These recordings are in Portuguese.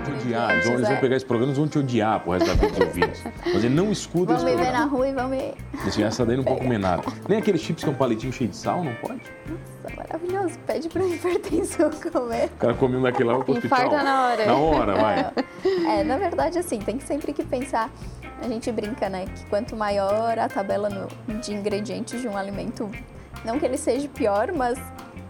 odiar. Eles vão, eles vão pegar esse programa e vão te odiar pro resto da vida dos ouvintes. Mas eles não escutam Vamos esse viver na programa. rua e vamos ver. Assim, essa daí não pode comer nada. Nem aqueles chips que é um palitinho cheio de sal, não pode? Nossa, maravilhoso. Pede pra um hipertensão comer. O cara come um daquele lá vai pro hospital. Infarta na hora. Na hora, vai. É, na verdade, assim, tem que sempre que pensar. A gente brinca, né? Que quanto maior a tabela no- de ingredientes de um alimento, não que ele seja pior, mas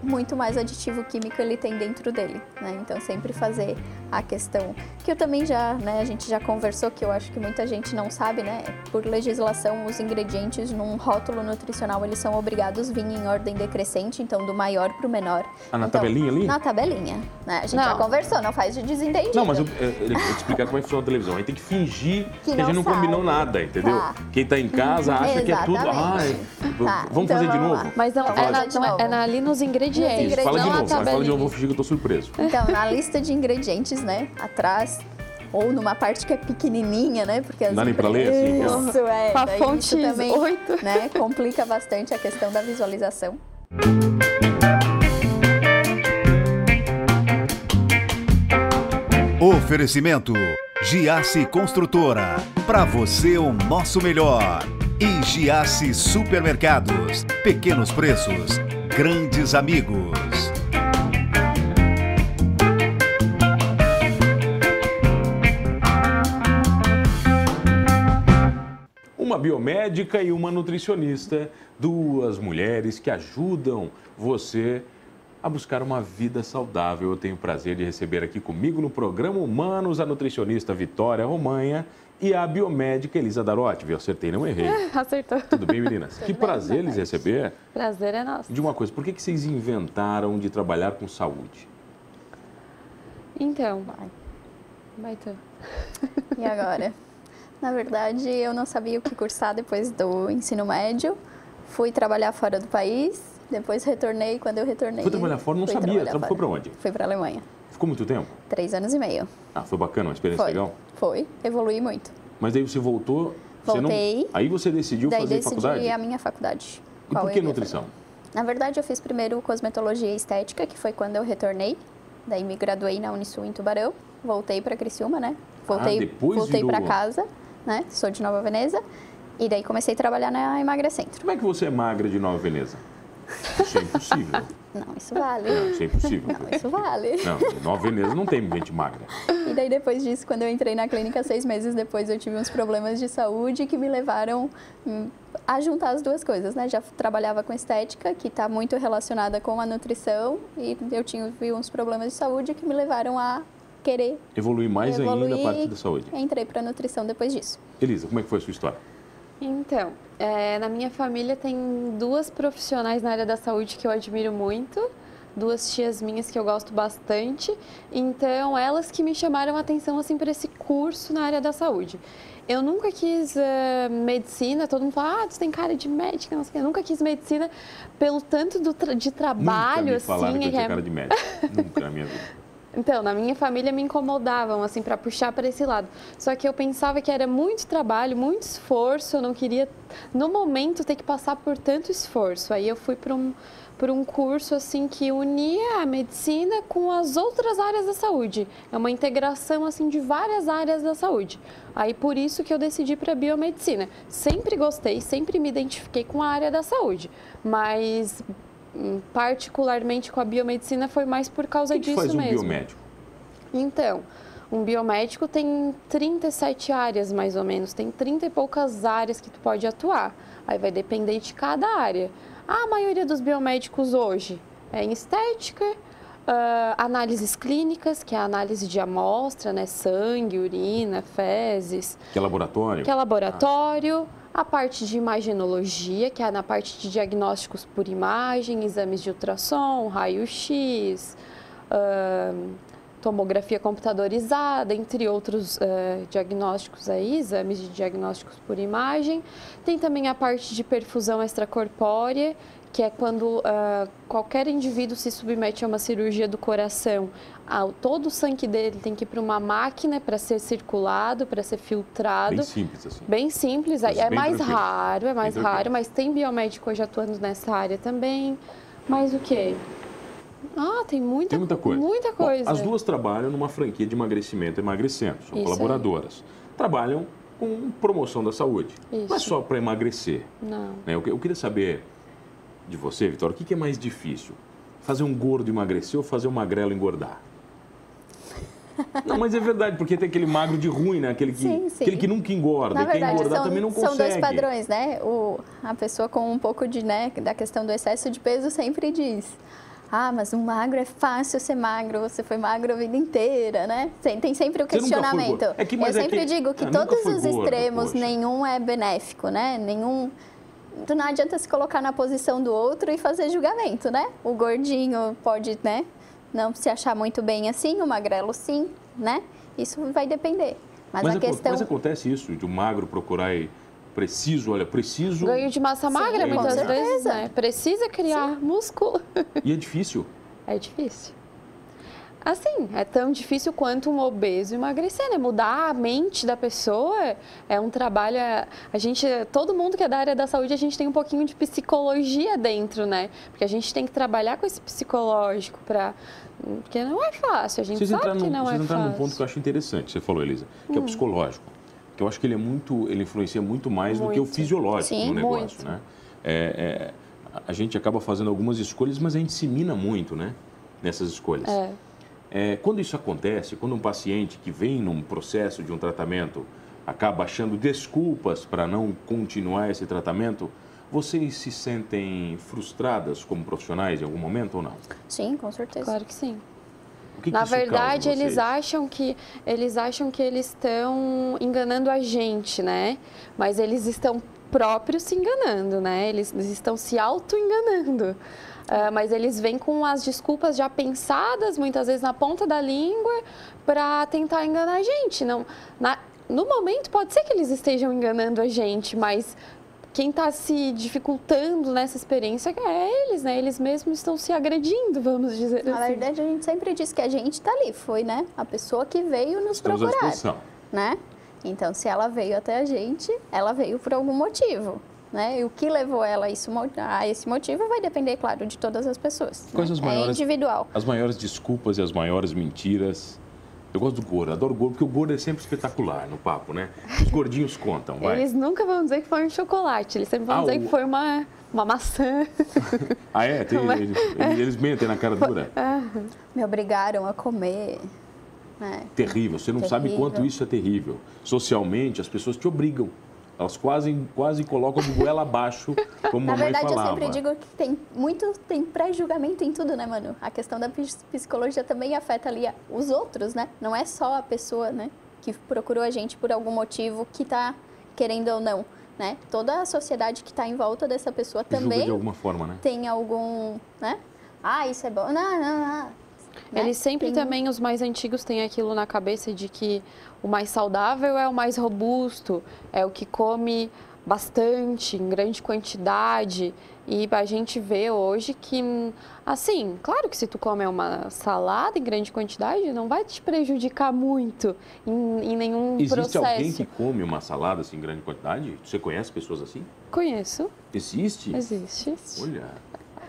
muito mais aditivo químico ele tem dentro dele, né? Então sempre fazer a questão que eu também já, né? A gente já conversou que eu acho que muita gente não sabe, né? Por legislação, os ingredientes num rótulo nutricional eles são obrigados a vir em ordem decrescente, então do maior para o menor. Ah, na Então, tabelinha ali? Na tabelinha, né? A gente já Não. conversou, não faz de desentendido. Não, mas eu, eu, eu vou te explicar como é que funciona a televisão. Aí tem que fingir que, Que a gente não não combinou sabe. nada, entendeu? Tá. Quem tá em casa acha que é tudo. Ah, Exatamente. é- Tá, vamos então fazer de vamos novo? lá. Mas não, Vamos é, fazer na, de não é- novo. é na- ali nos ingredientes. Isso, fala de não novo, a é vai, fala de novo, eu tabelinha. vou fingir que eu tô surpreso. Então, na lista de ingredientes, né, atrás, ou numa parte que é pequenininha, né, porque... as Dá nem pra ler, assim, empresas- Isso, é. Com a daí fonte isso também, 8. né, complica bastante a questão da visualização. Oferecimento Giasse Construtora. Para você o nosso melhor. E Giasse Supermercados. Pequenos preços, grandes amigos. Uma biomédica e uma nutricionista, duas mulheres que ajudam você a buscar uma vida saudável. Eu tenho o prazer de receber aqui comigo no programa Humanos a nutricionista Vitória Romanha e a biomédica Elisa Darotti. Eu acertei, não errei. É. Acertou. Tudo bem, meninas? que prazer lhes receber. Prazer é nosso. De uma coisa, por que, que vocês inventaram de trabalhar com saúde? Então, vai tu. E agora? Na verdade, eu não sabia o que cursar depois do ensino médio, fui trabalhar fora do país, depois retornei, quando eu retornei... Foi trabalhar fora, não fui sabia. trabalhar Sabe, foi fora. pra onde? Fui pra Alemanha, Ficou muito tempo? três anos e meio. Ah, foi bacana, uma experiência Foi, legal. foi, evolui muito. Mas aí você voltou. Você não... Voltei. Aí você decidiu Daí fazer decidi faculdade? a minha faculdade. E qual por eu é que iria nutrição? fazer. Na verdade, eu fiz primeiro cosmetologia e estética, que foi quando eu retornei. Daí me graduei na Unisul em Tubarão, voltei para Criciúma, né? Voltei, Ah, depois voltei virou- para casa, né? Sou de Nova Veneza. E daí comecei a trabalhar na Emagrecentro. Como é que você é magra de Nova Veneza? Isso é impossível. Não, isso vale. Não, isso é impossível. Não, isso vale. Não, em Nova Veneza não tem gente magra. E daí, depois disso, quando eu entrei na clínica, seis meses depois, eu tive uns problemas de saúde que me levaram hum, a juntar as duas coisas, né? Já trabalhava com estética, que está muito relacionada com a nutrição, e eu tinha uns problemas de saúde que me levaram a querer Evoluir mais ainda a evoluir. parte da saúde. Entrei para nutrição depois disso. Elisa, como é que foi a sua história? Então, é, na minha família tem duas profissionais na área da saúde que eu admiro muito, duas tias minhas que eu gosto bastante. Então, elas que me chamaram a atenção assim para esse curso na área da saúde. Eu nunca quis eh, medicina, todo mundo fala, ah, tu tem cara de médica, não sei o quê. Eu nunca quis medicina pelo tanto do tra- de trabalho, Nunca me falaram assim. que eu que tinha é- cara de médico. Nunca na minha vida. então, na minha família me incomodavam, assim, para puxar para esse lado. Só que eu pensava que era muito trabalho, muito esforço, eu não queria, no momento, ter que passar por tanto esforço. Aí eu fui para um, pra um curso, assim, que unia a medicina com as outras áreas da saúde. É uma integração, assim, de várias áreas da saúde. Aí por isso que eu decidi para biomedicina. Sempre gostei, sempre me identifiquei com a área da saúde, mas hum, particularmente com a biomedicina foi mais por causa O que disso faz um mesmo. biomédico? Então, um biomédico tem 37 áreas, mais ou menos. Tem 30 e poucas áreas que tu pode atuar. Aí vai depender de cada área. A maioria dos biomédicos hoje é em estética, ah, análises clínicas, que é a análise de amostra, né? Sangue, urina, fezes Que é laboratório? que é laboratório, a parte de imagenologia, que é na parte de diagnósticos por imagem, exames de ultrassom, raio-x, ahn, tomografia computadorizada, entre outros eh, diagnósticos aí, exames de diagnósticos por imagem. Tem também a parte de perfusão extracorpórea, que é quando ah, qualquer indivíduo se submete a uma cirurgia do coração, ah, todo o sangue dele tem que ir para uma máquina para ser circulado, para ser filtrado. Bem simples assim. Bem simples, Mas é bem mais tranquilo. raro, é mais Bem raro, tranquilo. mas tem biomédico hoje atuando nessa área também. Mas o quê? Ah, tem muita, Tem muita coisa. Muita Bom, coisa. as duas trabalham numa franquia de emagrecimento emagrecendo, são Isso colaboradoras. Trabalham com promoção da saúde. Não é Isso. só para emagrecer. Não. né? Eu, que- eu queria saber de você, Vitória, o que, que é mais difícil? Fazer um gordo emagrecer ou fazer um magrelo engordar? Não, mas é verdade, porque tem aquele magro de ruim, né? Aquele que, Sim, sim. Aquele que nunca engorda. Na e quem verdade, engordar são, também não consegue. são dois padrões, né? O, a pessoa com um pouco de, né, da questão do excesso de peso sempre diz. Ah, mas um magro é fácil ser magro, você foi magro a vida inteira, né? Tem, tem sempre o Você nunca foi questionamento. gordo. É que- mas Eu é sempre que- digo que Ah, nunca todos foi os gordo, extremos, poxa. nenhum é benéfico, né? Nenhum. Tu não adianta se colocar na posição do outro e fazer julgamento, né? O gordinho pode, né? Não se achar muito bem assim, o magrelo sim, né? Isso vai depender. Mas, a acon- questão. mas acontece isso, de um magro procurar e preciso, olha, preciso. Ganho de massa Sim, magra com muitas certeza. vezes, né? Precisa criar músculo. E é difícil. É difícil. Assim, é tão difícil quanto um obeso emagrecer, né? Mudar a mente da pessoa é um trabalho. é- A gente, todo mundo que é da área da saúde, a gente tem um pouquinho de psicologia dentro, né? Porque a gente tem que trabalhar com esse psicológico para, porque não é fácil. A gente Vocês sabe entraram, que num- não vocês é entraram fácil. Hum. num ponto que eu acho interessante, você falou, Elisa, que é o psicológico. Que eu acho que ele é muito, ele influencia muito mais do que o Muito. fisiológico Sim, no negócio, muito. né? É, é, a- a gente acaba fazendo algumas escolhas, mas a gente se mina muito, né? Nessas escolhas. É. É, quando isso acontece, quando um paciente que vem num processo de um tratamento acaba achando desculpas para não continuar esse tratamento, vocês se sentem frustradas como profissionais em algum momento ou não? Sim, com certeza. É, Claro que sim. O que que Na isso causa em verdade, eles vocês? acham que eles acham que eles estão enganando a gente, né? Mas eles estão próprios se enganando, né? Eles, eles estão se auto-enganando. Ah, mas eles vêm com as desculpas já pensadas, muitas vezes na ponta da língua, para tentar enganar a gente. Não, na- no momento, pode ser que eles estejam enganando a gente, mas quem está se dificultando nessa experiência é eles, né? Eles mesmos estão se agredindo, vamos dizer Na assim. verdade, a gente sempre diz que a gente tá ali, foi, né? A pessoa que veio nos Estamos à procurar, disposição. né? Então, se ela veio até a gente, ela veio por algum motivo, né? E o que levou ela a, isso mo- a esse motivo vai depender, claro, de todas as pessoas. né? Quais as É maiores- individual. As maiores desculpas e as maiores mentiras. Eu gosto do gordo, adoro gordo, porque o gordo é sempre espetacular no papo, né? Os gordinhos contam, vai. Eles nunca vão dizer que foi um chocolate, eles sempre vão Ah, dizer o- que foi uma, uma maçã. Ah, é? Tem- eles, eles- eles mentem na cara dura. É. Me obrigaram a comer, né? Terrível. Você não sabe Terrível. quanto isso é terrível. Socialmente, as pessoas te obrigam. Elas quase, quase colocam de goela abaixo, como Na mamãe verdade, falava. eu sempre digo que tem muito tem pré-julgamento em tudo, né, Manu? A questão da pis- psicologia também afeta ali a- os outros, né? Não é só a pessoa, né, que procurou a gente por algum motivo que tá querendo ou não, né? Toda a sociedade que tá em volta dessa pessoa Julga também um de alguma forma, né? tem algum, né? Ah, isso é bom. Não, não, não. né? Eles sempre Tem- também, os mais antigos, têm aquilo na cabeça de que o mais saudável é o mais robusto, é o que come bastante, em grande quantidade. E a gente vê hoje que, hum, assim, claro que se tu comer uma salada em grande quantidade, não vai te prejudicar muito em, em nenhum Existe alguém processo. que come uma salada assim em grande quantidade? Você conhece pessoas assim? Conheço, Existe? existe. Olha.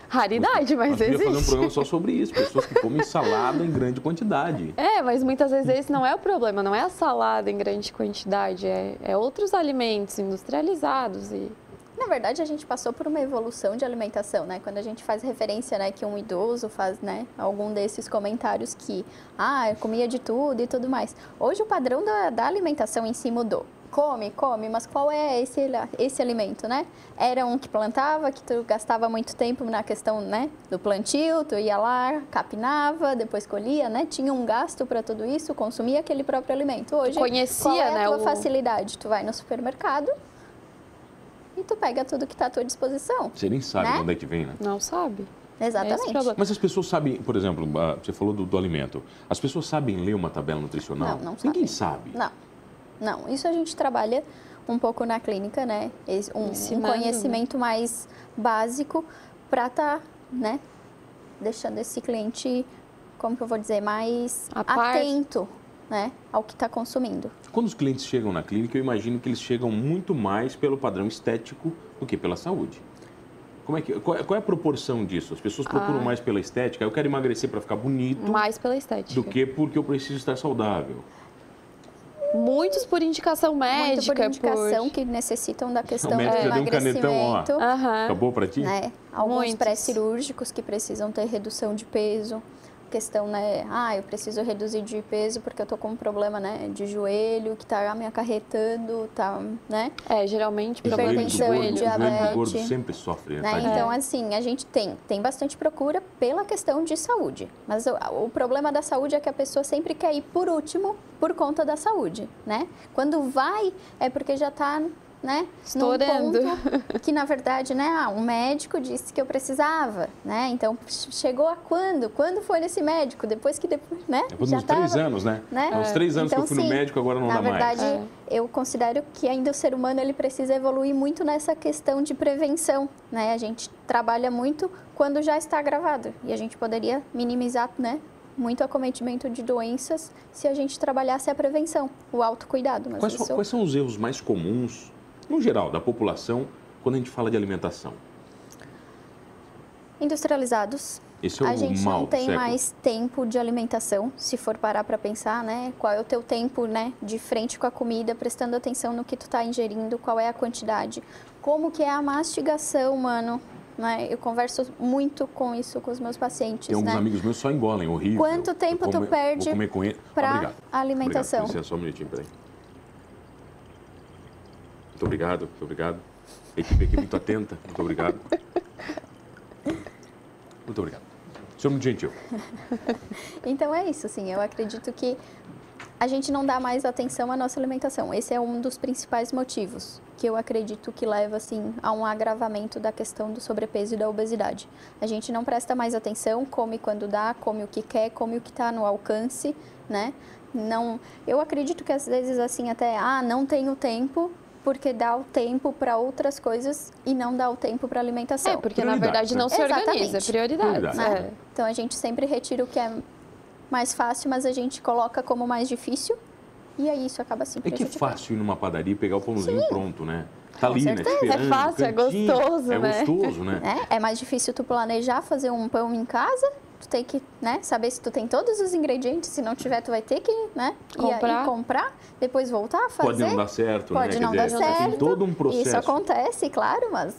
Raridade, mas Nós podíamos existe. fazer um programa só sobre isso, pessoas que comem salada em grande quantidade. É, mas muitas vezes esse não é o problema, não é a salada em grande quantidade, é, é outros alimentos industrializados e Na verdade, a gente passou por uma evolução de alimentação, né? Quando a gente faz referência, né, que um idoso faz, né, algum desses comentários que, ah, eu comia de tudo e tudo mais. Hoje o padrão da, da alimentação em si mudou. Come, come, mas qual é esse, ali- esse alimento, né? Era um que plantava, que tu gastava muito tempo na questão, né, do plantio, tu ia lá, capinava, depois colhia, né? Tinha um gasto para tudo isso, consumia aquele próprio alimento. Hoje, conhecia, qual é a né, tua o- facilidade? Tu vai no supermercado, e tu pega tudo que está à tua disposição. Você nem sabe Né? de onde é que vem, né? não sabe. É esse o Exatamente. problema. Mas as pessoas sabem, por exemplo, ah, você falou do, do alimento. As pessoas sabem ler uma tabela nutricional? Não, não Ninguém sabe. sabem. não, não. Isso a gente trabalha um pouco na clínica, né? Esse- Um, um Ensinando, conhecimento mais básico para tá, né? Deixando esse cliente, como que eu vou dizer, mais A par- atento, né? Ao que está consumindo. Quando os clientes chegam na clínica, eu imagino que eles chegam muito mais pelo padrão estético do que pela saúde. Como é que, qual, é, qual é a proporção disso? As pessoas procuram Ah. mais pela estética. Eu quero emagrecer para ficar bonito mais pela estética. do que porque eu preciso estar saudável. Muitos por indicação médica. Muito por indicação É, por- que necessitam da questão do médico já deu um emagrecimento. canetão, ó. Aham. Acabou para ti? né? Alguns Muitos. pré-cirúrgicos que precisam ter redução de peso. Questão, né? Ah, eu preciso reduzir de peso porque eu tô com um problema, né? De joelho que tá me acarretando, tá, né? É, geralmente O problema joelho de do hipertensão, gordo, joelho. o joelho do diabetes. gordo sempre sofre, né? Né? tadinho? Então, assim, a gente tem, tem bastante procura pela questão de saúde. Mas o, o problema da saúde é que a pessoa sempre quer ir por último por conta da saúde, né? Quando vai, é porque já tá, né? Estourando. Num ponto que, na verdade, né? Ah, um médico disse que eu precisava, né? Então, ch- chegou a quando? Quando foi nesse médico? Depois que, depois, né? É por uns três anos, né? né? Há uns três anos que eu Então, fui no sim. médico, agora não Na dá mais. É. verdade, eu considero que ainda o ser humano ele precisa evoluir muito nessa questão de prevenção, né? A gente trabalha muito quando já está gravado e a gente poderia minimizar, né? Muito acometimento de doenças se a gente trabalhasse a prevenção, o autocuidado. Mas Quais, isso... quais são os erros mais comuns, no geral, da população, quando a gente fala de alimentação? Industrializados, Esse é o a gente mal não do tem século. mais tempo de alimentação, se for parar para pensar, né? Qual é o teu tempo, né, de frente com a comida, prestando atenção no que tu tá ingerindo, qual é a quantidade, como que é a mastigação, mano, né? Eu converso muito com isso com os meus pacientes, Tem alguns né? amigos meus que só engolem, horrível. Quanto Eu tempo tu come- vou perde comer com ele- Para Obrigado. alimentação. Obrigado, com licença, só um minutinho, peraí. Muito obrigado, muito obrigado. A equipe aqui muito atenta, muito obrigado. Muito obrigado. O senhor é muito gentil. Então é isso, assim, eu acredito que a gente não dá mais atenção à nossa alimentação. Esse é um dos principais motivos que eu acredito que leva, assim, a um agravamento da questão do sobrepeso e da obesidade. A gente não presta mais atenção, come quando dá, come o que quer, come o que está no alcance, né? Não, eu acredito que às vezes, assim, até, ah, não tenho tempo, porque dá o tempo para outras coisas e não dá o tempo para alimentação. É, porque na Prioridades, verdade né? não se organiza, Exatamente. prioridades. Prioridades, é. Então a gente sempre retira o que é mais fácil, mas a gente coloca como mais difícil. E aí isso acaba se É que é prejudicando. fácil ir numa padaria e pegar o pãozinho pronto, né? Tá ali, né? certeza, é Esperando, fácil, é cantinho, gostoso, é né? gostoso, né? né? É mais difícil tu planejar fazer um pão em casa. Tu tem que, né, saber se tu tem todos os ingredientes, se não tiver tu vai ter que, né, ir aí Comprar. comprar, depois voltar a fazer. Pode não dar certo, né? Pode Quer não dizer, dar Tem certo. todo um E processo. Isso acontece, claro, mas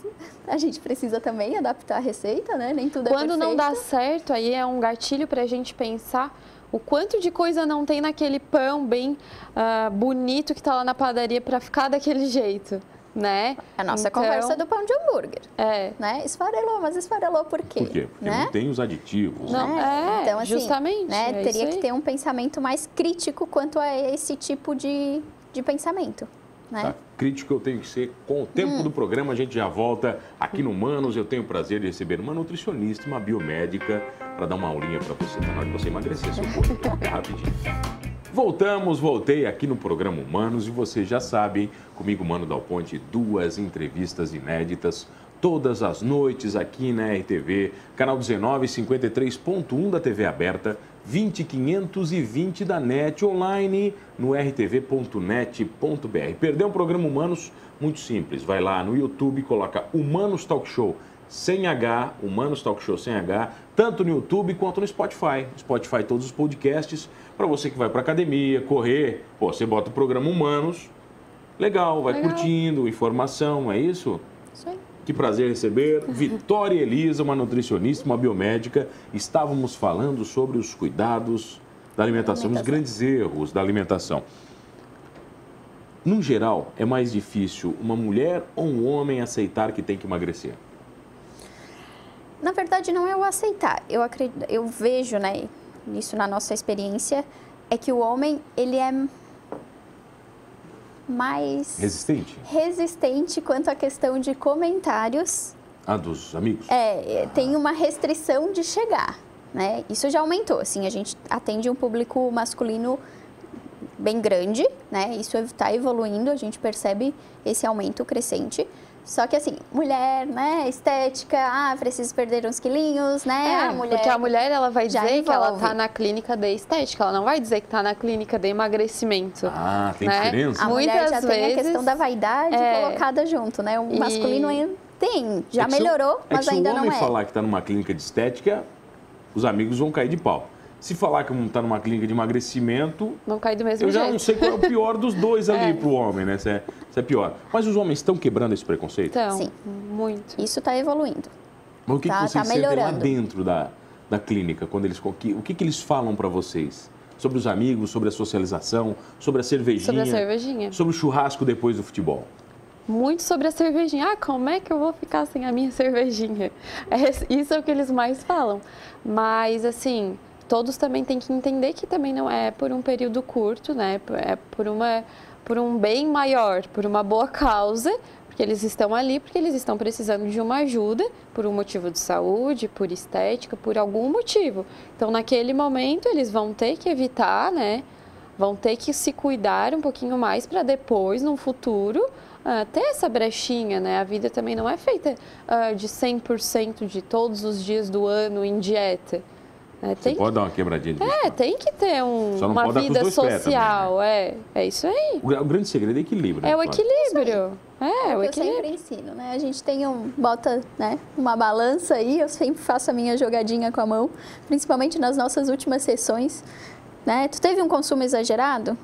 a gente precisa também adaptar a receita, né? Nem tudo é Quando não dá perfeito. certo, aí é um gatilho para a gente pensar o quanto de coisa não tem naquele pão bem ah, bonito que tá lá na padaria para ficar daquele jeito, né? É A nossa Então, conversa do pão de hambúrguer, É. né? Esfarelou, mas esfarelou por quê? Por quê? Porque é né? não tem os aditivos, né? Não, né? é, Então, assim, justamente. né, é teria isso que aí. ter um pensamento mais crítico quanto a esse tipo de, de pensamento, né? Hum. Tá? Crítico eu tenho que ser. Com o tempo do programa, a gente já volta aqui no Manos. Eu tenho o prazer de receber uma nutricionista, uma biomédica, para dar uma aulinha para você, para na hora de você emagrecer seu corpo. É rapidinho. Voltamos, voltei aqui no programa Humanos e vocês já sabem, comigo, Mano Dal Ponte, duas entrevistas inéditas todas as noites aqui na RTV, canal 19, 53.1 da TV aberta, 20520 da NET online no rtv.net.br. Perdeu um programa Humanos? Muito simples, vai lá no YouTube, coloca Humanos Talk Show sem H, Humanos Talk Show sem H, tanto no YouTube quanto no Spotify. Spotify todos os podcasts para você que vai para academia, correr, pô, você bota o programa Humanos. Legal, vai Legal. curtindo, informação, não é isso? Isso aí. Que prazer receber Vitória Elisa, uma nutricionista, uma biomédica. Estávamos falando sobre os cuidados da alimentação, os Alimentação. grandes erros da alimentação. No geral, é mais difícil uma mulher ou um homem aceitar que tem que emagrecer. Na verdade, não é o aceitar. Eu, acredito, eu vejo, né, isso na nossa experiência, é que o homem, ele é mais Resistente? resistente quanto à questão de comentários Ah, dos amigos? É, é, tem uma restrição de chegar, né? Isso já aumentou, assim, a gente atende um público masculino bem grande, né? Isso está evoluindo, a gente percebe esse aumento crescente. Só que assim, mulher, né? Estética, ah, preciso perder uns quilinhos, né? É, ah, mulher. porque a mulher ela vai já dizer que ela envolve. tá na clínica de estética, ela não vai dizer que tá na clínica de emagrecimento. Ah, tem né? diferença? a mulher já muitas tem a questão vezes, da vaidade é, colocada junto, né? O e- masculino é- Sim, já É que se o- melhorou, é que mas se ainda o não homem é. falar que está numa clínica de estética, os amigos vão cair de pau. Se falar que está numa clínica de emagrecimento, Não cai do mesmo eu já jeito. não sei qual é o pior dos dois ali para o homem, né? Se é, se é pior. Mas os homens estão quebrando esse preconceito? Então, Sim. muito. Isso está evoluindo. Mas o que, Tá- que vocês tá sentem lá melhorando. dentro da, da clínica? Quando eles, co- que- o que, que eles falam para vocês? Sobre os amigos, sobre a socialização, sobre a cervejinha, Sobre a cervejinha. sobre o churrasco depois do futebol. Muito sobre a cervejinha. Ah, como é que eu vou ficar sem a minha cervejinha? É, isso é o que eles mais falam. Mas, assim, todos também têm que entender que também não é por um período curto, né? É por, uma, por um bem maior, por uma boa causa, porque eles estão ali, porque eles estão precisando de uma ajuda, por um motivo de saúde, por estética, por algum motivo. Então, naquele momento, eles vão ter que evitar, né? vão ter que se cuidar um pouquinho mais para depois, no futuro, ah, ter essa brechinha, né? A vida também não é feita ah, de 100% de todos os dias do ano em dieta. né? Você tem, pode dar uma quebradinha de é, tem que ter um- Só não uma pode dar com os vida dois pés né? social, é. É isso aí. O, gra- o grande segredo é equilíbrio. né, É o Flávia? equilíbrio. É, o Eu equilíbrio. sempre ensino, né? A gente tem um, bota né, uma balança aí, eu sempre faço a minha jogadinha com a mão, principalmente nas nossas últimas sessões, né? Tu teve um consumo exagerado?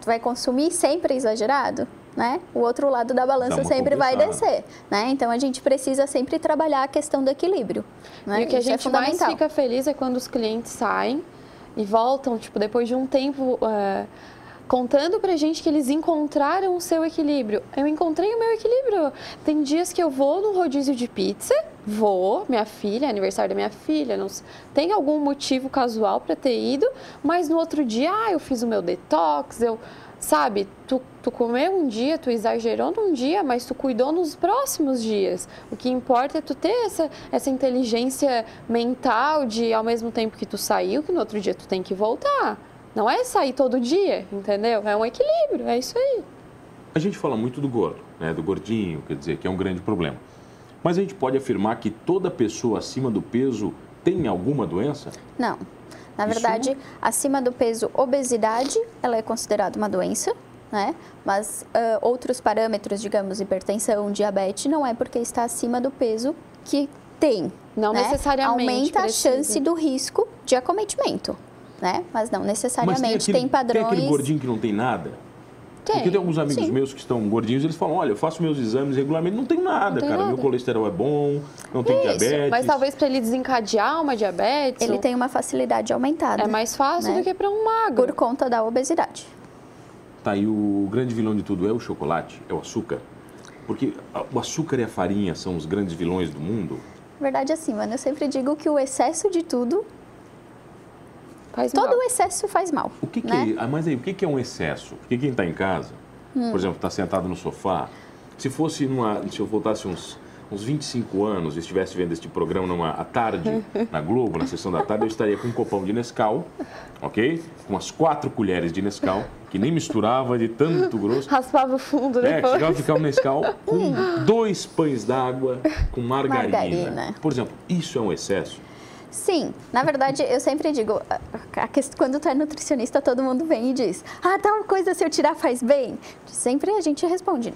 Tu vai consumir sempre exagerado? Né? O outro lado Dá da balança uma sempre vai compensada. descer, né? Então a gente precisa sempre trabalhar a questão do equilíbrio. Né? E o que a Isso é gente mais fundamental. fica feliz é quando os clientes saem e voltam, tipo, depois de um tempo, eh, contando pra gente que eles encontraram o seu equilíbrio. Eu encontrei o meu equilíbrio. Tem dias que eu vou num rodízio de pizza, vou, minha filha, é aniversário da minha filha, não s- tem algum motivo casual pra ter ido, mas no outro dia, ah, eu fiz o meu detox, eu. Sabe, tu, tu comeu um dia, tu exagerou num dia, mas tu cuidou nos próximos dias. O que importa é tu ter essa, essa inteligência mental de, ao mesmo tempo que tu saiu, que no outro dia tu tem que voltar. Não é sair todo dia, entendeu? É um equilíbrio, é isso aí. A gente fala muito do gordo, né? do gordinho, quer dizer, que é um grande problema. Mas a gente pode afirmar que toda pessoa acima do peso tem alguma doença? Não. Na Isso verdade, acima do peso, obesidade, ela é considerada uma doença, né? Mas ah, outros parâmetros, digamos, hipertensão, diabetes, não é porque está acima do peso que tem. Não né? necessariamente. Aumenta precisa. a chance do risco de acometimento, né? Mas não Mas Tá necessariamente tem, aquele, padrões. Tem aquele gordinho que não tem nada? Tem. Porque tem um alguns amigos sim. meus que estão gordinhos, eles falam, olha, eu faço meus exames regularmente, não tenho nada, Não tem cara. Meu nada. colesterol é bom, não tem Isso, diabetes. Mas talvez para ele desencadear uma diabetes, Ele tem uma facilidade aumentada é mais fácil né? do que para um magro. por conta da obesidade. Tá, e o grande vilão de tudo é o chocolate, é o açúcar. Porque a- o açúcar e a farinha são os grandes vilões do mundo. Na verdade, assim, mano, eu sempre digo que o excesso de tudo, Faz mal. todo o excesso faz mal. O que, que né? Hum. é, ah, mas aí, o que, que é um excesso? Porque quem está em casa, por exemplo, está sentado no sofá, se fosse numa, se eu voltasse uns uns 25 anos e estivesse vendo este programa numa à tarde na Globo, na sessão da tarde, eu estaria com um copão de Nescau, ok? Com umas quatro colheres de Nescau, que nem misturava de tanto grosso. Raspava o fundo É, que depois. chegava a ficar um Nescau com dois pães d'água com margarina. Hum. Margarina. Por exemplo, isso é um excesso? Sim, na verdade, eu sempre digo, a- a quest- quando tu é nutricionista, todo mundo vem e diz, ah, tal coisa se eu tirar faz bem? Sempre a gente responde,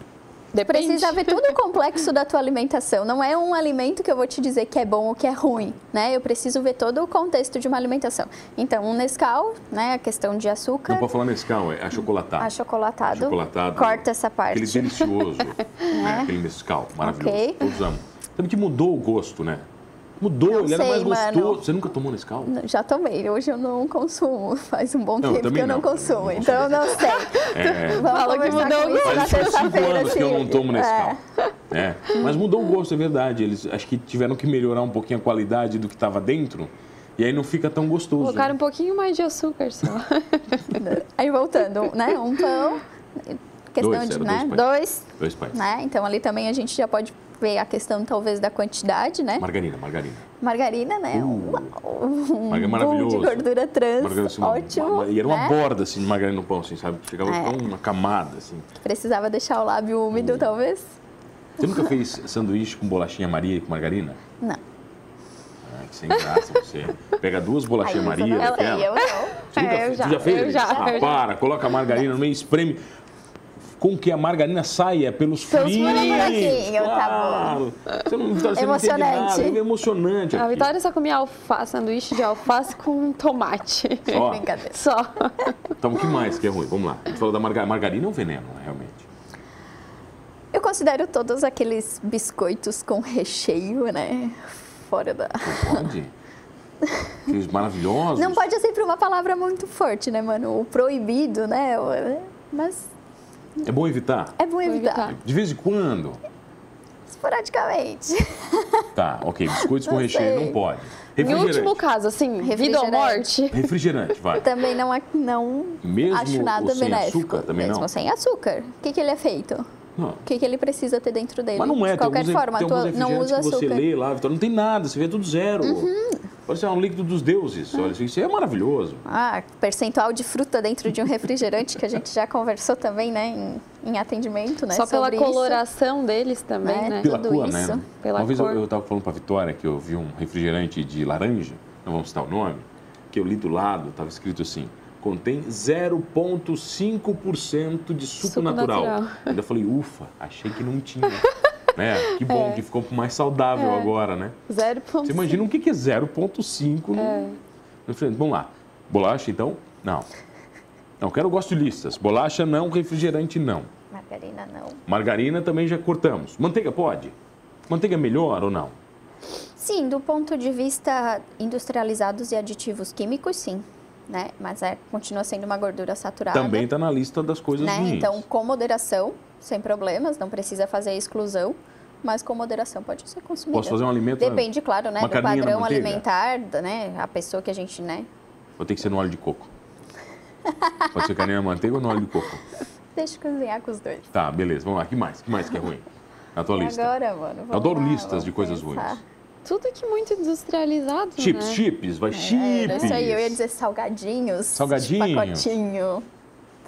Depende. precisa ver todo o complexo da tua alimentação, não é um alimento que eu vou te dizer que é bom ou que é ruim, né? Eu preciso ver todo o contexto de uma alimentação. Então, um Nescau, né, a questão de açúcar, Não pode falar Nescau, é achocolatado. achocolatado, Achocolatado. corta essa parte. é? Aquele delicioso, né? aquele mescal maravilhoso. Ok. Todos amam. Sabe que mudou o gosto, né? Mudou, Não ele era mais sei, mano. gostoso. Você nunca tomou Nescau? Já tomei, hoje eu não consumo, faz um bom Não, eu tempo que também eu não, não, eu não consumo, consumo. então eu não sei. É. Vamos Fala que conversar mudou com o isso na Faz cinco terça-feira, anos que eu não Cid. tomo Nescau. É. É. Mas mudou o gosto, é verdade. Eles acho que tiveram que melhorar um pouquinho a qualidade do que estava dentro. E aí não fica tão gostoso. Colocaram um pouquinho mais de açúcar só. Aí voltando, né? Um pão, questão Dois, de, era né? dois pães. Dois, Dois pães. né? Então ali também a gente já pode ver a questão talvez da quantidade, né? Margarina, margarina. Margarina, né? Um, um Uh. margarina é boom de maravilhoso. gordura trans, Margarina, assim, uma- ótimo, uma- e era uma né? borda assim, de margarina no pão, assim, sabe? Ficava É. tão uma camada, assim. Precisava deixar o lábio úmido, Hum. talvez? Você nunca fez sanduíche com bolachinha Maria e com margarina? Não. Ai, né, que sem graça você. Pega duas Aí bolachinhas eu Maria. não sei, daquela. eu não. Você nunca É, eu fez? já, Tu já fez? eu já, ah, eu já. para. Coloca a margarina no meio, espreme. com que a margarina saia pelos Pelos furinhos. buraquinhos, tá claro. Você não, você não entende Emocionante. Ah, então nada, é emocionante. A aqui. Vitória só comia alface, sanduíche de alface com tomate. Ó, é Brincadeira. Só. Tá. então, o que mais que é ruim? Vamos lá. A gente falou da margarina. Margarina é um veneno, né, realmente. Eu considero todos aqueles biscoitos com recheio, né? Fora da. Pode. Aqueles maravilhosos. Não pode ser sempre uma palavra muito forte, né, mano? O proibido, né? O- Mas É bom evitar. é bom evitar. evitar. De vez em quando. Esporadicamente. Tá, ok. Biscoitos com Não recheio sei. não pode. Em Refrigerante. último caso, assim, vida ou Refrigerante. morte. Refrigerante, vai. Também não, ac- não Mesmo acho o nada sem benéfico. açúcar, também mesmo não? sem açúcar. O que, que ele é feito? Não. O que, que ele precisa ter dentro dele? Mas não é, De tem qualquer alguns, ref- forma, tem tu alguns não refrigerantes usa que você açúcar. Uhum. lê lá, Vitória, não tem nada, você vê tudo zero. Parece um líquido dos deuses, olha, isso- isso é maravilhoso. Ah, percentual de fruta dentro de um refrigerante, que a gente já conversou também, né? Em, em atendimento, né? Só pela sobre isso. coloração deles também, É, né? tudo Pela cor, isso, né? pela Uma vez eu- cor. eu estava falando para a Vitória que eu vi um refrigerante de laranja, não vamos citar o nome, que eu li do lado, estava escrito assim, contém 0,5% de suco, Suco natural. natural. Ainda falei, ufa, achei que não tinha. né? Que bom É. que ficou mais saudável agora, né? Zero ponto. Você imagina o que que é 0,5 no... É. no frente. Vamos lá. Bolacha, então? Não. Não, quero, eu gosto de listas. Bolacha, não. Refrigerante, não. Margarina, não. Margarina, também já cortamos. Manteiga, pode? Manteiga é melhor ou não? Sim, do ponto de vista industrializados e aditivos químicos, sim. Né? Mas é, continua sendo uma gordura saturada. Também está na lista das coisas Tá, né? ruins. Então, com moderação, sem problemas, não precisa fazer a exclusão, mas com moderação pode ser consumido. Posso fazer um alimento... Depende, claro, né, Uma do carninha na padrão manteiga? alimentar, da- né, a pessoa que a gente, né, Vou ter que ser no óleo de coco. Pode ser carne na manteiga ou no óleo de coco? deixa eu cozinhar com os dois. Tá, beleza. Vamos lá. que mais? que mais que é ruim? Na tua E lista. Agora, mano, vamos Adoro lá, listas de vamos coisas pensar. ruins. Tudo que muito industrializado, Chips, né? chips. Vai, É, era chips. isso aí, eu ia dizer salgadinhos. Salgadinho. de Pacotinho.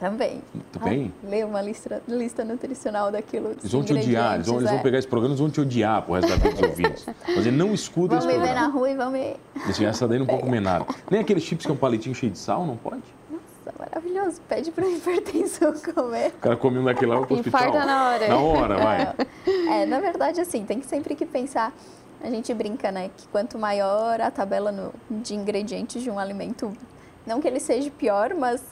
Também. Também? Ai, Ah, lê uma lista, lista nutricional daquilo. dos Eles vão te odiar, eles vão, eles vão ingredientes, é. pegar esse programa, eles vão te odiar pro resto da vida dos ouvintes. Mas eles não escutam Vamos esse me ver na programa. rua e vamos me... Assim, essa daí não pode comer nada. Nem aqueles chips que é um palitinho cheio de sal, não pode? Nossa, maravilhoso. Pede pro hipertensão comer. O cara come um daquele lá vai pro hospital. Infarta na hora. Na hora, vai. É, na verdade, assim, tem sempre que pensar. A gente brinca, né? Que quanto maior a tabela no- de ingredientes de um alimento, não que ele seja pior, mas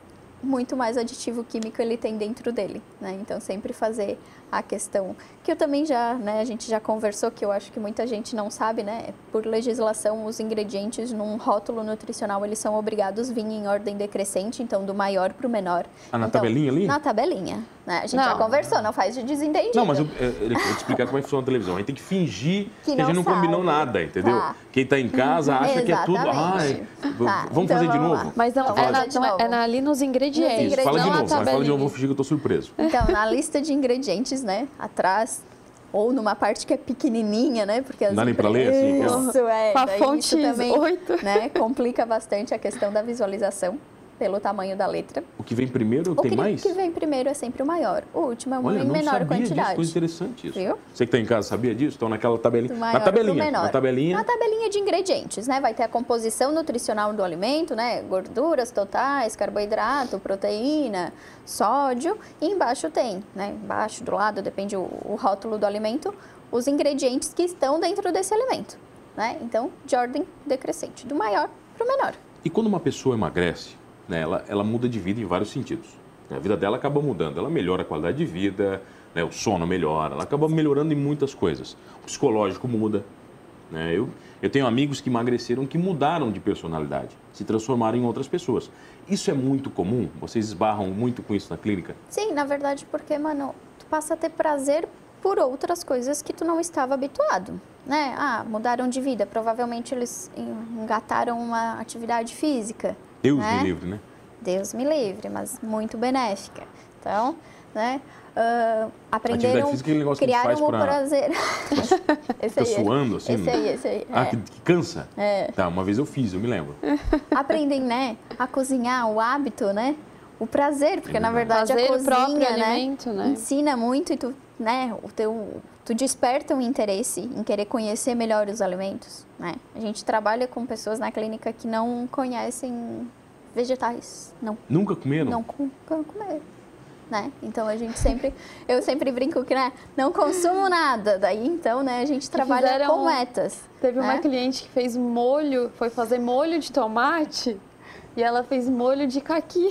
muito mais aditivo químico ele tem dentro dele, né? Então sempre fazer a questão que eu também já, né? A gente já conversou que eu acho que muita gente não sabe, né? Por legislação, os ingredientes num rótulo nutricional eles são obrigados a vir em ordem decrescente, então do maior para o menor. Ah, na Então, tabelinha ali? Na tabelinha, né? A gente Não. já conversou, não faz de desentendido. Não, mas eu, eu, eu vou te explicar como é que funciona a televisão. A gente tem que fingir que, Que a gente não não sabe. combinou nada, entendeu? Tá. Quem tá em casa acha que é tudo. Ai, Exatamente. v- Tá, vamos então fazer de vamos lá. é novo? Mas não, Então, é, fala na, de não é- novo. é na- ali nos ingredientes. Nos Isso, fala de não novo, a vai, fala de novo, eu tabelinha. vou fingir que eu tô surpreso. Então, na lista de ingredientes, né, atrás, ou numa parte que é pequenininha, né, porque... As Dá nem pra ler, assim, aquela? Isso, é. Com a daí fonte isso também, 8. né, complica bastante a questão da visualização pelo tamanho da letra. O que vem primeiro O tem que, mais? que vem primeiro é sempre o maior, o último é o Olha, em não menor sabia disso, quantidade. coisa interessante isso. Viu? Você que tá em casa sabia disso? Então naquela tabelinha. Do Na maior pro tabelinha. menor. Na tabelinha. Na tabelinha de ingredientes, né? Vai ter a composição nutricional do alimento, né? Gorduras totais, carboidrato, proteína, sódio. E embaixo tem, né? Embaixo, do lado, depende o, o rótulo do alimento, os ingredientes que estão dentro desse alimento, né? Então, de ordem decrescente, do maior para o menor. E quando uma pessoa emagrece, né, ela, ela muda de vida em vários sentidos. A vida dela acaba mudando, ela melhora a qualidade de vida, né, o sono melhora, ela acaba melhorando em muitas coisas. O psicológico muda. né? Eu, eu tenho amigos que emagreceram que mudaram de personalidade, se transformaram em outras pessoas. Isso é muito comum? Vocês esbarram muito com isso na clínica? Sim, na verdade, porque, mano, tu passa a ter prazer por outras coisas que tu não estava habituado, né? Ah, mudaram de vida, provavelmente eles en- engataram uma atividade física. Deus né? me livre, né? Deus me livre, mas muito benéfica. Então, né? ah, Atividade aprenderam, física é aquele negócio que a gente criaram faz o pra- prazer. esse Fica suando assim? Esse aí, esse aí. Ah, é. que, que cansa? É. Tá, uma vez eu fiz, eu me lembro. aprendem, né, a cozinhar, o hábito, né? O prazer, porque na verdade. verdade Prazer, a o cozinha, próprio né, alimento, né? ensina muito e tu, né, o teu tu desperta um interesse em querer conhecer melhor os alimentos, né? A gente trabalha com pessoas na clínica que não conhecem vegetais, não Nunca comeram? não com, com- comer. né? Então a gente sempre, eu sempre brinco que, né, não consumo nada. Daí então, né, a gente trabalha fizeram com um- metas. Teve uma né? cliente que fez molho, foi fazer molho de tomate e ela fez molho de caqui.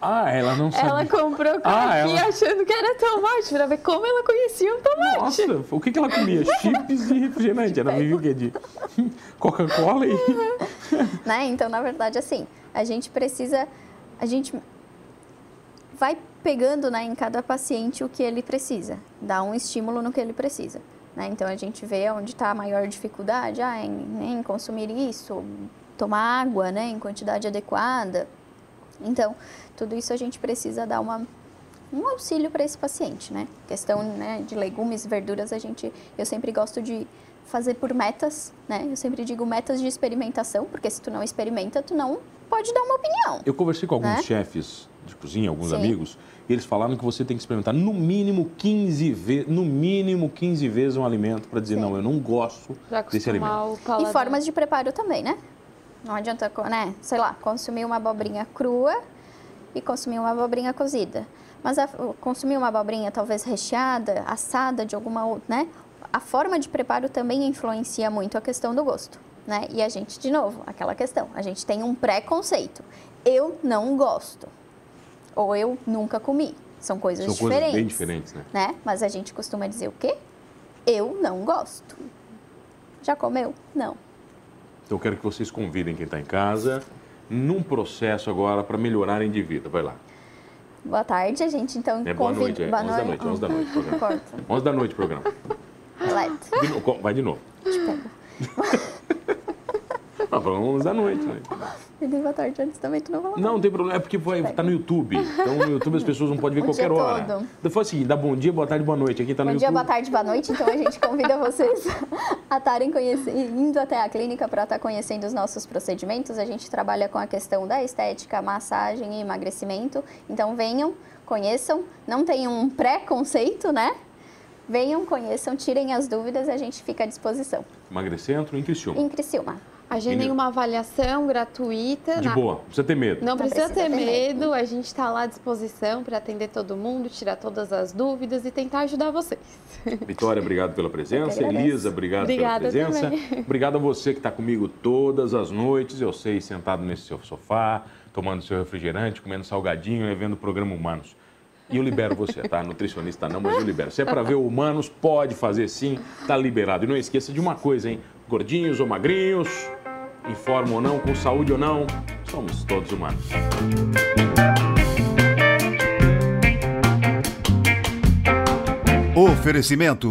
Ah, ela não sabe. Ela comprou caqui Ah, ela- achando que era tomate, pra ver como ela conhecia um o tomate. Nossa, o que, que ela comia? Chips e refrigerante. Ela vivia o quê? De Coca-Cola e. né? Então, na verdade, assim, a gente precisa, a gente vai pegando, né, em cada paciente o que ele precisa, dá um estímulo no que ele precisa, né? Então, a gente vê onde está a maior dificuldade, ah, em, né, em consumir isso, tomar água, né, em quantidade adequada. Então, tudo isso a gente precisa dar uma um auxílio para esse paciente, né? Questão né, de legumes, verduras, a gente, eu sempre gosto de fazer por metas, né? Eu sempre digo metas de experimentação, porque se tu não experimenta, tu não pode dar uma opinião. Eu conversei com alguns Né? chefes de cozinha, alguns Sim. amigos, e eles falaram que você tem que experimentar no mínimo 15 vezes, no mínimo 15 vezes um alimento para dizer, Sim. não, eu não gosto Já desse alimento. acostumar o paladar. E formas de preparo também, né? Não adianta, co- né? Sei lá, consumir uma abobrinha crua e consumir uma abobrinha cozida. Mas a- consumir uma abobrinha talvez recheada, assada de alguma outra, né? A forma de preparo também influencia muito a questão do gosto, né? E a gente, de novo, aquela questão, a gente tem um preconceito. Eu não gosto. Ou eu nunca comi. São coisas São diferentes. coisas bem diferentes, né? né? Mas a gente costuma dizer o quê? Eu não gosto. Já comeu? Não. Então eu quero que vocês convidem quem está em casa num processo agora para melhorarem de vida. Vai lá. Boa tarde, a gente então É boa noite, é. Boa 11 da noite, 11 da noite. programa. Corta. 11 da noite, programa. Leto. De novo, co- vai de novo. Tipo. Não, falando 11 da noite. Né? Eu dei boa tarde antes também, tu não falou. Não, não tem problema, é porque vai, tá no YouTube. Então no YouTube as pessoas não podem ver O dia qualquer hora. todo. Então foi o seguinte, dá bom dia, boa tarde, boa noite. Aqui tá no Bom dia, YouTube. boa tarde, boa noite. Então a gente convida vocês a estarem conhece- indo até a clínica para estar conhecendo os nossos procedimentos. A gente trabalha com a questão da estética, massagem e emagrecimento. Então venham, conheçam, não tenham um preconceito, né? Venham, conheçam, tirem as dúvidas, a gente fica à disposição. Emagrecentro em Criciúma. Em Criciúma. A gente tem Menino. uma avaliação gratuita. De na- boa, não precisa ter medo. Não, precisa, precisa ter ter medo. a gente está lá à disposição para atender todo mundo, tirar todas as dúvidas e tentar ajudar vocês. Vitória, obrigado pela presença. Eu que agradeço. Elisa, obrigado Obrigada pela presença. também. Obrigado a você que está comigo todas as noites, eu sei, sentado nesse seu sofá, tomando seu refrigerante, comendo salgadinho e vendo o programa Humanos. E eu libero você, tá? Nutricionista não, mas eu libero. Se é para ver o Humanos, pode fazer sim, tá liberado. E não esqueça de uma coisa, hein? Gordinhos ou magrinhos, informa ou não, com saúde ou não, somos todos humanos. Oferecimento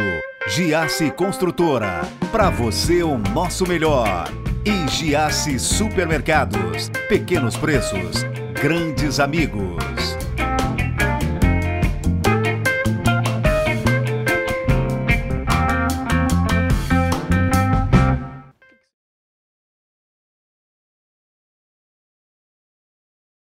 Giasse Construtora. Para você o nosso melhor. E Giasse Supermercados. Pequenos preços, grandes amigos.